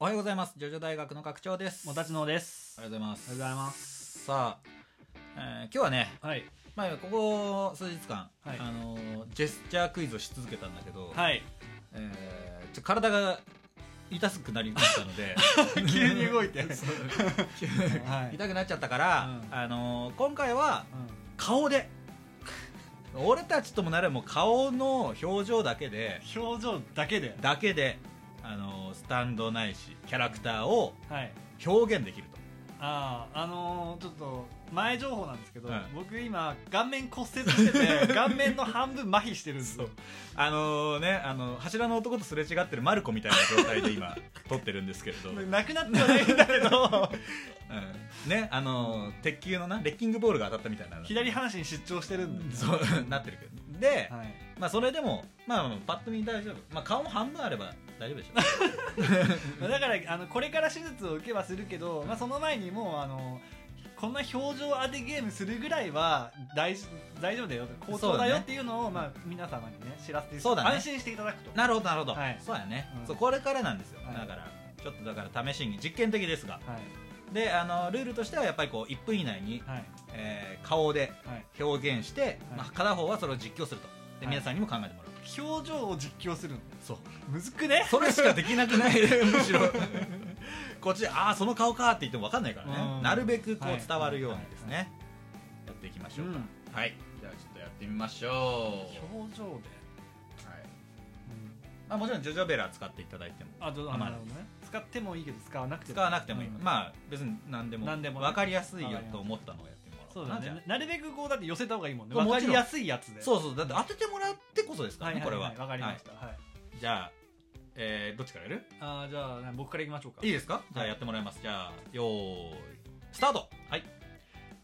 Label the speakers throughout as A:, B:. A: おはようございます。ジョジョ大学の学長です。
B: もたちのです
A: ありがとうございます。
B: ありがとうございます
A: さあ、えー今日はね、
B: はい
A: まあ、ここ数日間、
B: はい
A: あのージェスチャークイズをし続けたんだけど、
B: はい
A: えーちょ体が痛すくなりましたので
B: 急に動いて
A: そう
B: はい
A: 痛くなっちゃったから、
B: うん
A: あのー今回は
B: うん
A: 顔で俺たちともなればもう顔の表情だけで
B: 表情だけで
A: だけで、あのースタンドないしキャラクターを
B: はい
A: 表現できる
B: あああのーちょっと前情報なんですけど、
A: はい
B: 僕今顔面骨折し てて顔面の半分麻痺してるん
A: と
B: ですよ
A: あのーねあの柱の男とすれ違ってるマルコみ たいな状態で今撮ってるんですけれど、うん
B: なくなってはないんだけど
A: ねあのー鉄球のなレッキングボールが当たったみたいな
B: 左半身出張してるんで
A: そうなってるけどで、
B: はい
A: まあそれでも、まあ、まあパッと見大丈夫、まあ、顔も半分あれば大丈夫でしょ
B: だからあのこれから手術を受けはするけど、まあ、その前にもうあのこんな表情当てゲームするぐらいは大事大丈夫だよ好調だよっていうのをまあ、皆様にね知らせて
A: そうだね
B: 安心していただくと
A: なるほどなるほど、
B: はい
A: そうやね、
B: うん
A: そうこれからなんですよ、
B: はい
A: だからちょっとだから試しに実験的ですが
B: はい
A: であのルールとしてはやっぱりこう1分以内に、
B: はい
A: えー顔で
B: はい
A: 表現して、まあ、片方はそれを実況するとで
B: はい
A: 皆さんにも考えてもらう、
B: 表情を実況するの
A: そう
B: むずくね
A: それしかできなく ないむしろこっちああその顔かって言っても分かんないから
B: う
A: ね
B: ん
A: なるべくこ
B: はいう
A: 伝わるようにですね、やっていきましょうか、はいじゃあちょっとやってみましょう、
B: 表情で、
A: はいまあ、もちろんジョジョベラ使っていただいても
B: あどう
A: あ
B: あ
A: まあ
B: なるほどね使ってもいいけど使わなくて
A: 使わなくてもいい、
B: うん
A: まあ別に何でも
B: 何でもね
A: 分かりやすいよと思ったのをやってもらおう
B: そう
A: か
B: だ
A: なじゃあ
B: ねなるべくこうだって寄せた方がいいもんね
A: そう
B: わ
A: も
B: か
A: ちろん
B: りやすいやつでう
A: そうそうだって当ててもらってこそですから
B: はい
A: ね、
B: はいはい
A: これは
B: わかりまし
A: は
B: た、はい
A: いじゃあ、えーどっちからやる
B: あーじゃあね僕からいきましょうか
A: いいですかじゃあやってもらいますじゃあよーいスタートはい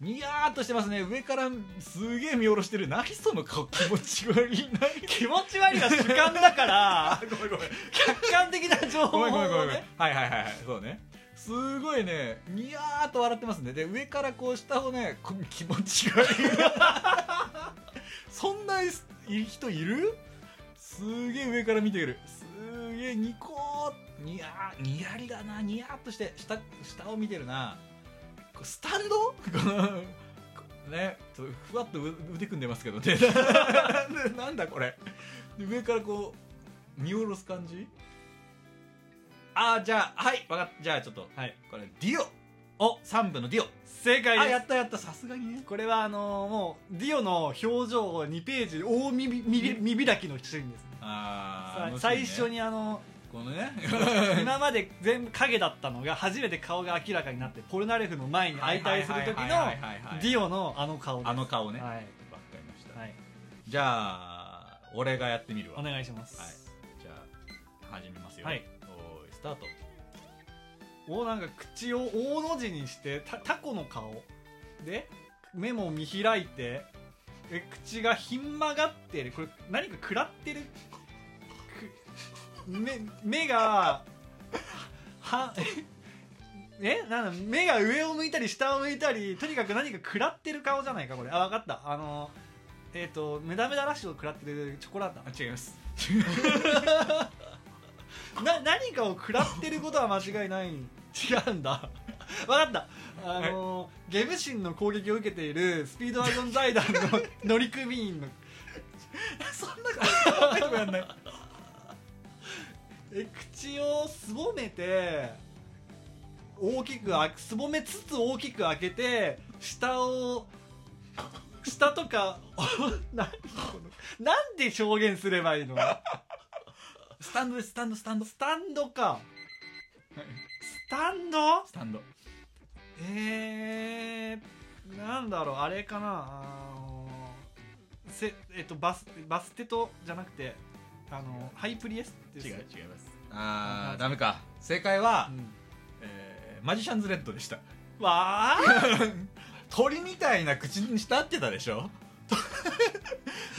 A: にやーっとしてますね上からすげえ見下ろしてる何その顔気持ち悪いな
B: 気持ち悪いは主観だから
A: ごめんごめん
B: 客観的な情報
A: ごめ
B: をね
A: んごめんごめんごめんはいはいはいはいそうねすごいねにやーっと笑ってますねで上からこう下をねこ気持ち悪い そんない人いるすげえ上から見てくるすげえニコーにやーにやりだなにやーっとして下下を見てるなこうスタンドこのこねちょっとふわっとう腕組んでますけどね なんだこれで上からこう見下ろす感じああじゃあはいわかったじゃあちょっと
B: はい
A: これディオお三3部のディオ
B: 正解
A: あ
B: です
A: やったやったさすがにね
B: これはあのーもうディオの表情を2ページ大見び見び見開きのシーンですね
A: あ
B: さ最初に あの
A: この ね
B: ー今まで全部影だったのが初めて顔が明らかになってポルナレフの前に相対する時の
A: オ
B: ディオのあの顔です
A: あの顔ねわ
B: は
A: か
B: い、
A: りました
B: はい、
A: じゃあ俺がやってみるわ
B: お願いします、
A: はいじゃあ始めますよ
B: はい
A: おーいスタート
B: おなんか口を大の字にしてたタコの顔で目も見開いてえ口がひん曲がってるこれ何か食らってるく目目がはえなんだ目が上を向いたり下を向いたりとにかく何か食らってる顔じゃないかこれあわかったあのえっ、とメダメダラッシュを食らってるチョコラータ
A: あ違います
B: な何かを食らってることは間違いない違うんだ わかったあのゲブ神の攻撃を受けているスピードワゴン財団の乗組員の
A: そんなことないやんない
B: え口をすぼめて大きくあすぼめつつ大きく開けて下を下とか 何このなんで表現すればいいの
A: スタンドですスタンドスタンド
B: スタンドかスタンド
A: スタンド
B: えー、なんだろうあれかなあのーせえっとバスバステトじゃなくてあのーハイプリエスです
A: 違う違いますあーダメか正解
B: う
A: は
B: ん
A: えーマジシャンズレッドでした
B: わあ
A: 鳥みたいな口にしたってたでしょ と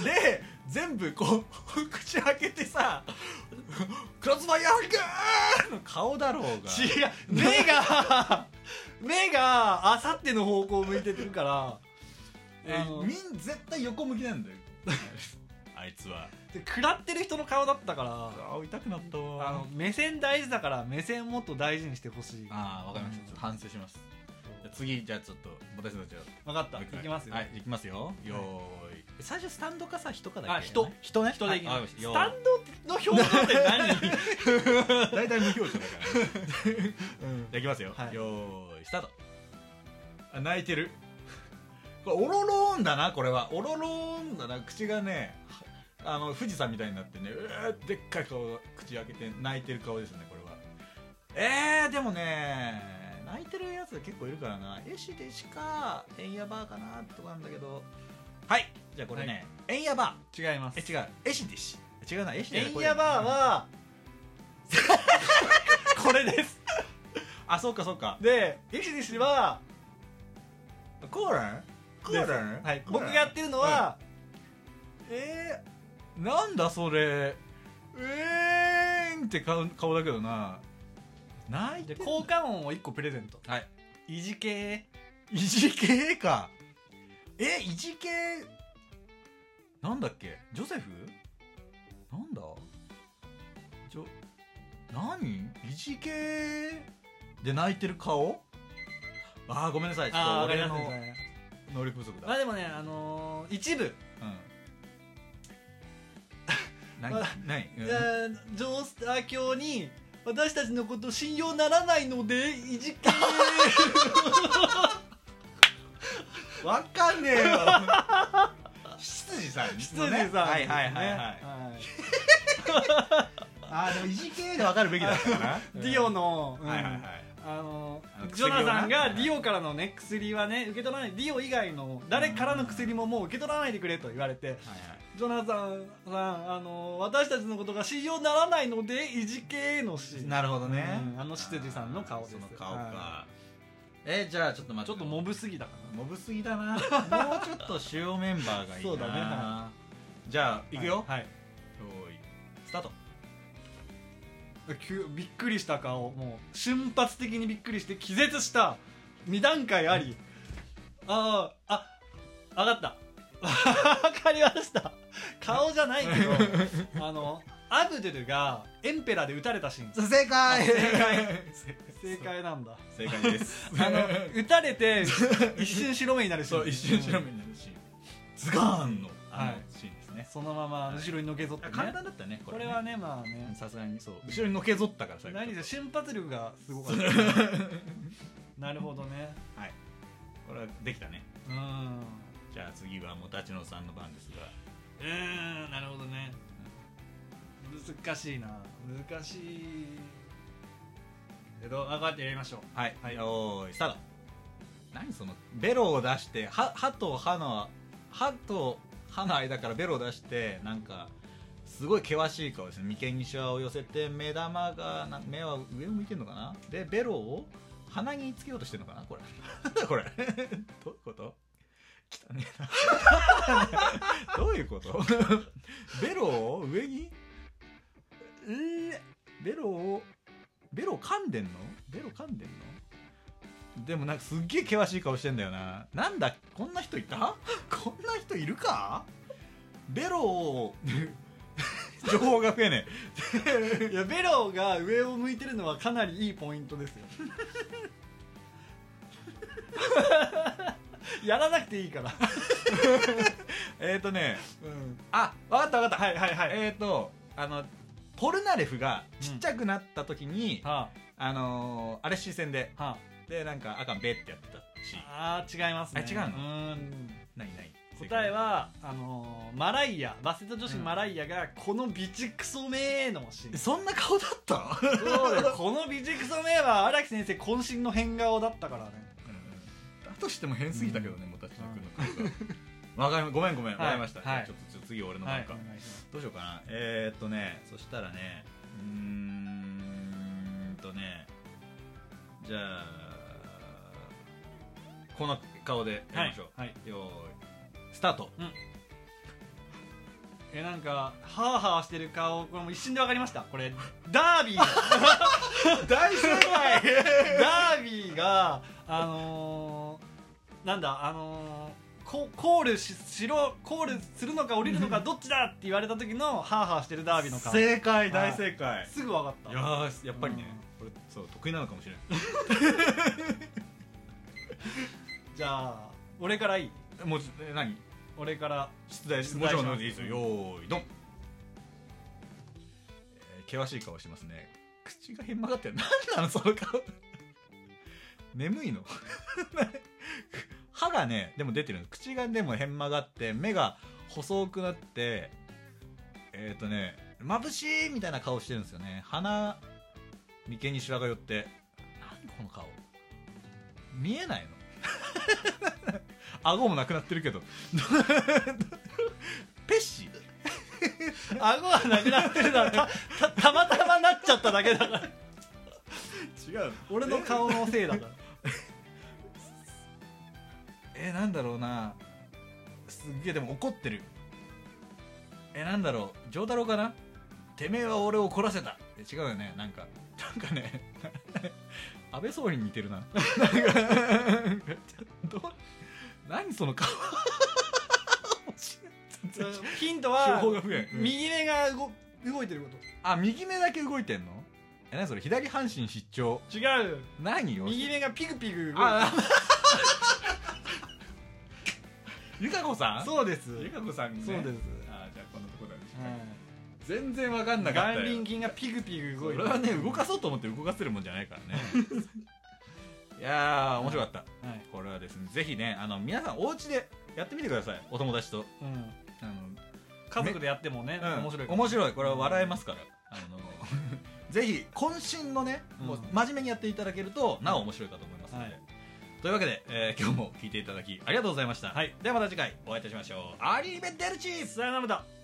A: で全部こう口開けてさ「クロスバイアフリカー!」の顔だろうが
B: 違う目が目があさっての方向を向いてるから
A: え
B: あの
A: みん絶対横向きなんだよああいつは
B: で食らってる人の顔だったから
A: 顔痛くなったわ
B: あの目線大事だから目線もっと大事にしてほしい
A: ああわかりましたちょっと反省しますじゃあ次じゃあちょっと私たちは
B: 分かった
A: もう一回
B: いきますよ、
A: はいいきますよよーい最初スタンドかさ人かだ
B: あ
A: け
B: 人
A: 人ね
B: 人でいき
A: はいわ
B: ま
A: か
B: す
A: り
B: ス
A: ま
B: タンドの表情って 何
A: た大体無表情だからね
B: うん
A: じゃあいきますよ、
B: はい
A: よーいスタートあ泣いてる これオロローンだなこれはオロローンだな口がねあの富士山みたいになってねうーでっかい顔が口開けて泣いてる顔ですねこれはえー、でもね泣いてるやつ結構いるからなエシでしかエンヤバーかなとかなんだけどはいじゃあこれね、エンヤバ
B: 違います
A: ーえ違うエシでし違うなエシで
B: エンヤ バーはこれです
A: あそうかそうか
B: でイシデシは
A: コーランコーラン
B: はい、僕がやってるのは、
A: えー、なんだそれえーんって顔顔だけどなない
B: で
A: で
B: 効果音を1個プレゼント
A: はい
B: いじ系
A: いじ系かえいじ系なんだっけジョセフなんだジョ何いじ系で泣いてる顔あーごめんなさいちょっと
B: ああ
A: 俺
B: 俺
A: の
B: の
A: 能力不足
B: まあ
A: だ
B: でもねあのー一部、
A: うん何
B: まあ
A: 何
B: え
A: うん
B: ージョースター教に私たちのこと信用ならないのでいじ系
A: わかんねえよ。 執事さん、
B: 執事さんですね
A: はいはいはいはい。あーでもいじ系でわかるべきだったかな。
B: ディオの、うん
A: はいはいはい。
B: あの
A: あの薬
B: ジョナサン
A: をな
B: がディオからのね薬はね受け取らないディオ以外の誰からの薬ももう受け取らないでくれと言われてジョナサンさんあの私たちのことが信用ならないのでいじけのし
A: なるほどね
B: う。んあの執事さんの顔です
A: その顔
B: は
A: か。えじゃあちょっとま
B: ちょっとモブすぎだか
A: モブすぎだな。もうちょっと主要メンバーがいいな。
B: そうだねは
A: じゃあ
B: ら
A: 行くよ。
B: はいはい
A: よーいスタート。
B: 急びっくりした顔もう瞬発的にびっくりして気絶した2段階ありあーあ分かった 分かりました顔じゃないけ どあのアブドゥルがエンペラーで撃たれたシーン
A: 正
B: あ
A: 解
B: 正解正解なんだ
A: 正解です。
B: あの撃たれて一瞬白目になるシーン
A: そう一瞬白目になるシーン。ズガーンのあの
B: はい
A: シーンですね。
B: そのまま後ろにのけぞってね
A: 簡単だったね。
B: これはねまあね
A: さすがにそう後ろにのけぞったからさ
B: 何
A: ちょ
B: で
A: っと
B: 瞬発力がすご かった なるほどね
A: はいこれはできたね
B: うん
A: じゃあ次はもたちのさんの番ですが
B: うーんなるほどね難しいな難しいけど分かってやりまし ょう
A: はい、はい、おーいスタート何そのベロを出して歯歯と歯の歯と歯の間からベロを出してなんかすごい険しい顔ですね眉間にシワを寄せて目玉がな目は上を向いてるのかなでベロを鼻につけようとしてるのかなこれなんだこれ どういうこと汚ねえな どういうことベロを上にえーベロをベロ噛んでんのベロ噛んでんのでもなんかすっげえ険しい顔してんだよななんだこんな人いた こんな人いるかベロを 情報が増えね
B: いやベロが上を向いてるのはかなりいいポイントですよ やらなくていいから、
A: ええーとね
B: うん、
A: あわかったわかった、
B: はいはいはい、
A: えーとあのポルナレフがちっちゃくなった時に、
B: は
A: あのー、アレッシー戦で
B: あ、は
A: でなんかあかんべってやってたし
B: あ、あー違いますね
A: あ違うの
B: ん
A: 何何
B: 答えはあのーマライアバセット女子マライアがこの備蓄クソめーのシーン
A: そんな顔だった、
B: そうだよこの美熟ソめは荒木先生渾身の変顔だったからね
A: だとしても変すぎたけどね、もたちの君の顔が。わかりまごめんごめん、わ、
B: はい
A: かりました。
B: はい
A: ちょっとちょっと次俺の
B: は
A: 番
B: い
A: か、
B: お願いします
A: どうしようかな。えー、っとね、そしたらね、うーんとね、じゃあ、この顔でやりましょう。
B: はいはい
A: よーい、スタ ート。
B: えなんかハーハーしてる顔これもう一瞬で分かりましたこれダ ービーだ
A: 大正 解
B: ダービーがあのー、なんだあのーココールししろコールするのか降りるのかどっちだって言われた時のハーハーしてるダービーの顔
A: 正解
B: はい
A: 大正解
B: すぐ分かった
A: いやーやっぱりねこれそう得意なのかもしれな
B: じゃあ俺からいい
A: いもうえ何
B: 俺から
A: 出題
B: 出
A: もち
B: 題します
A: ろんのでいいですよよーいどん、えー険しい顔してますね口がへん曲がってる何なのその顔眠いの 歯がねでも出てるの口がでもへん曲がって目が細くなってえっ、ー、とね眩しいみたいな顔してるんですよね鼻眉間に白が寄って何この顔見えないの 顎もなくなってるけどペッシ
B: 顎はなくなってるのはたたたまたまなっちゃっただけだから
A: 違う
B: 俺の顔のせいだから
A: えなんだろうなすっげえでも怒ってるえなんだろう丈太郎かなてめえは俺を怒らせたえ違うよねなんかなんかね 安倍総理に似てるななんかどう何その顔面白い全然
B: ヒントは
A: 情報が不便うん
B: 右目が動動いてるこ
A: あ右目だけ動いてんのえ何それ左半身失調
B: と違う
A: 何よ
B: 右目がピクピク動いてる
A: あ ゆかこさん
B: そうです
A: ゆかこさんね
B: そうです
A: あじゃあこんなとこだね
B: は
A: 全然わかんないかったよ
B: 眼輪筋がピクピク
A: そ
B: 動い
A: れ
B: てる
A: はね動かそうと思って動かせるもんじゃない からねいやー面白かった、
B: はい
A: これはですねぜひねあの皆さんお家でやってみてくださいお友達と
B: うん
A: あ
B: 家族でやってもね
A: の、うん
B: 面白いかも
A: 面白いこれは笑えますからあの ぜひ渾身のね、もう
B: うん
A: 真面目にやっていただけるとなお面白いかと思いますので、
B: はい
A: というわけで、えー今日も聞いていただきありがとうございました、ではまた次回お会いいたしましょうアリーベデルチーズ
B: さよならまた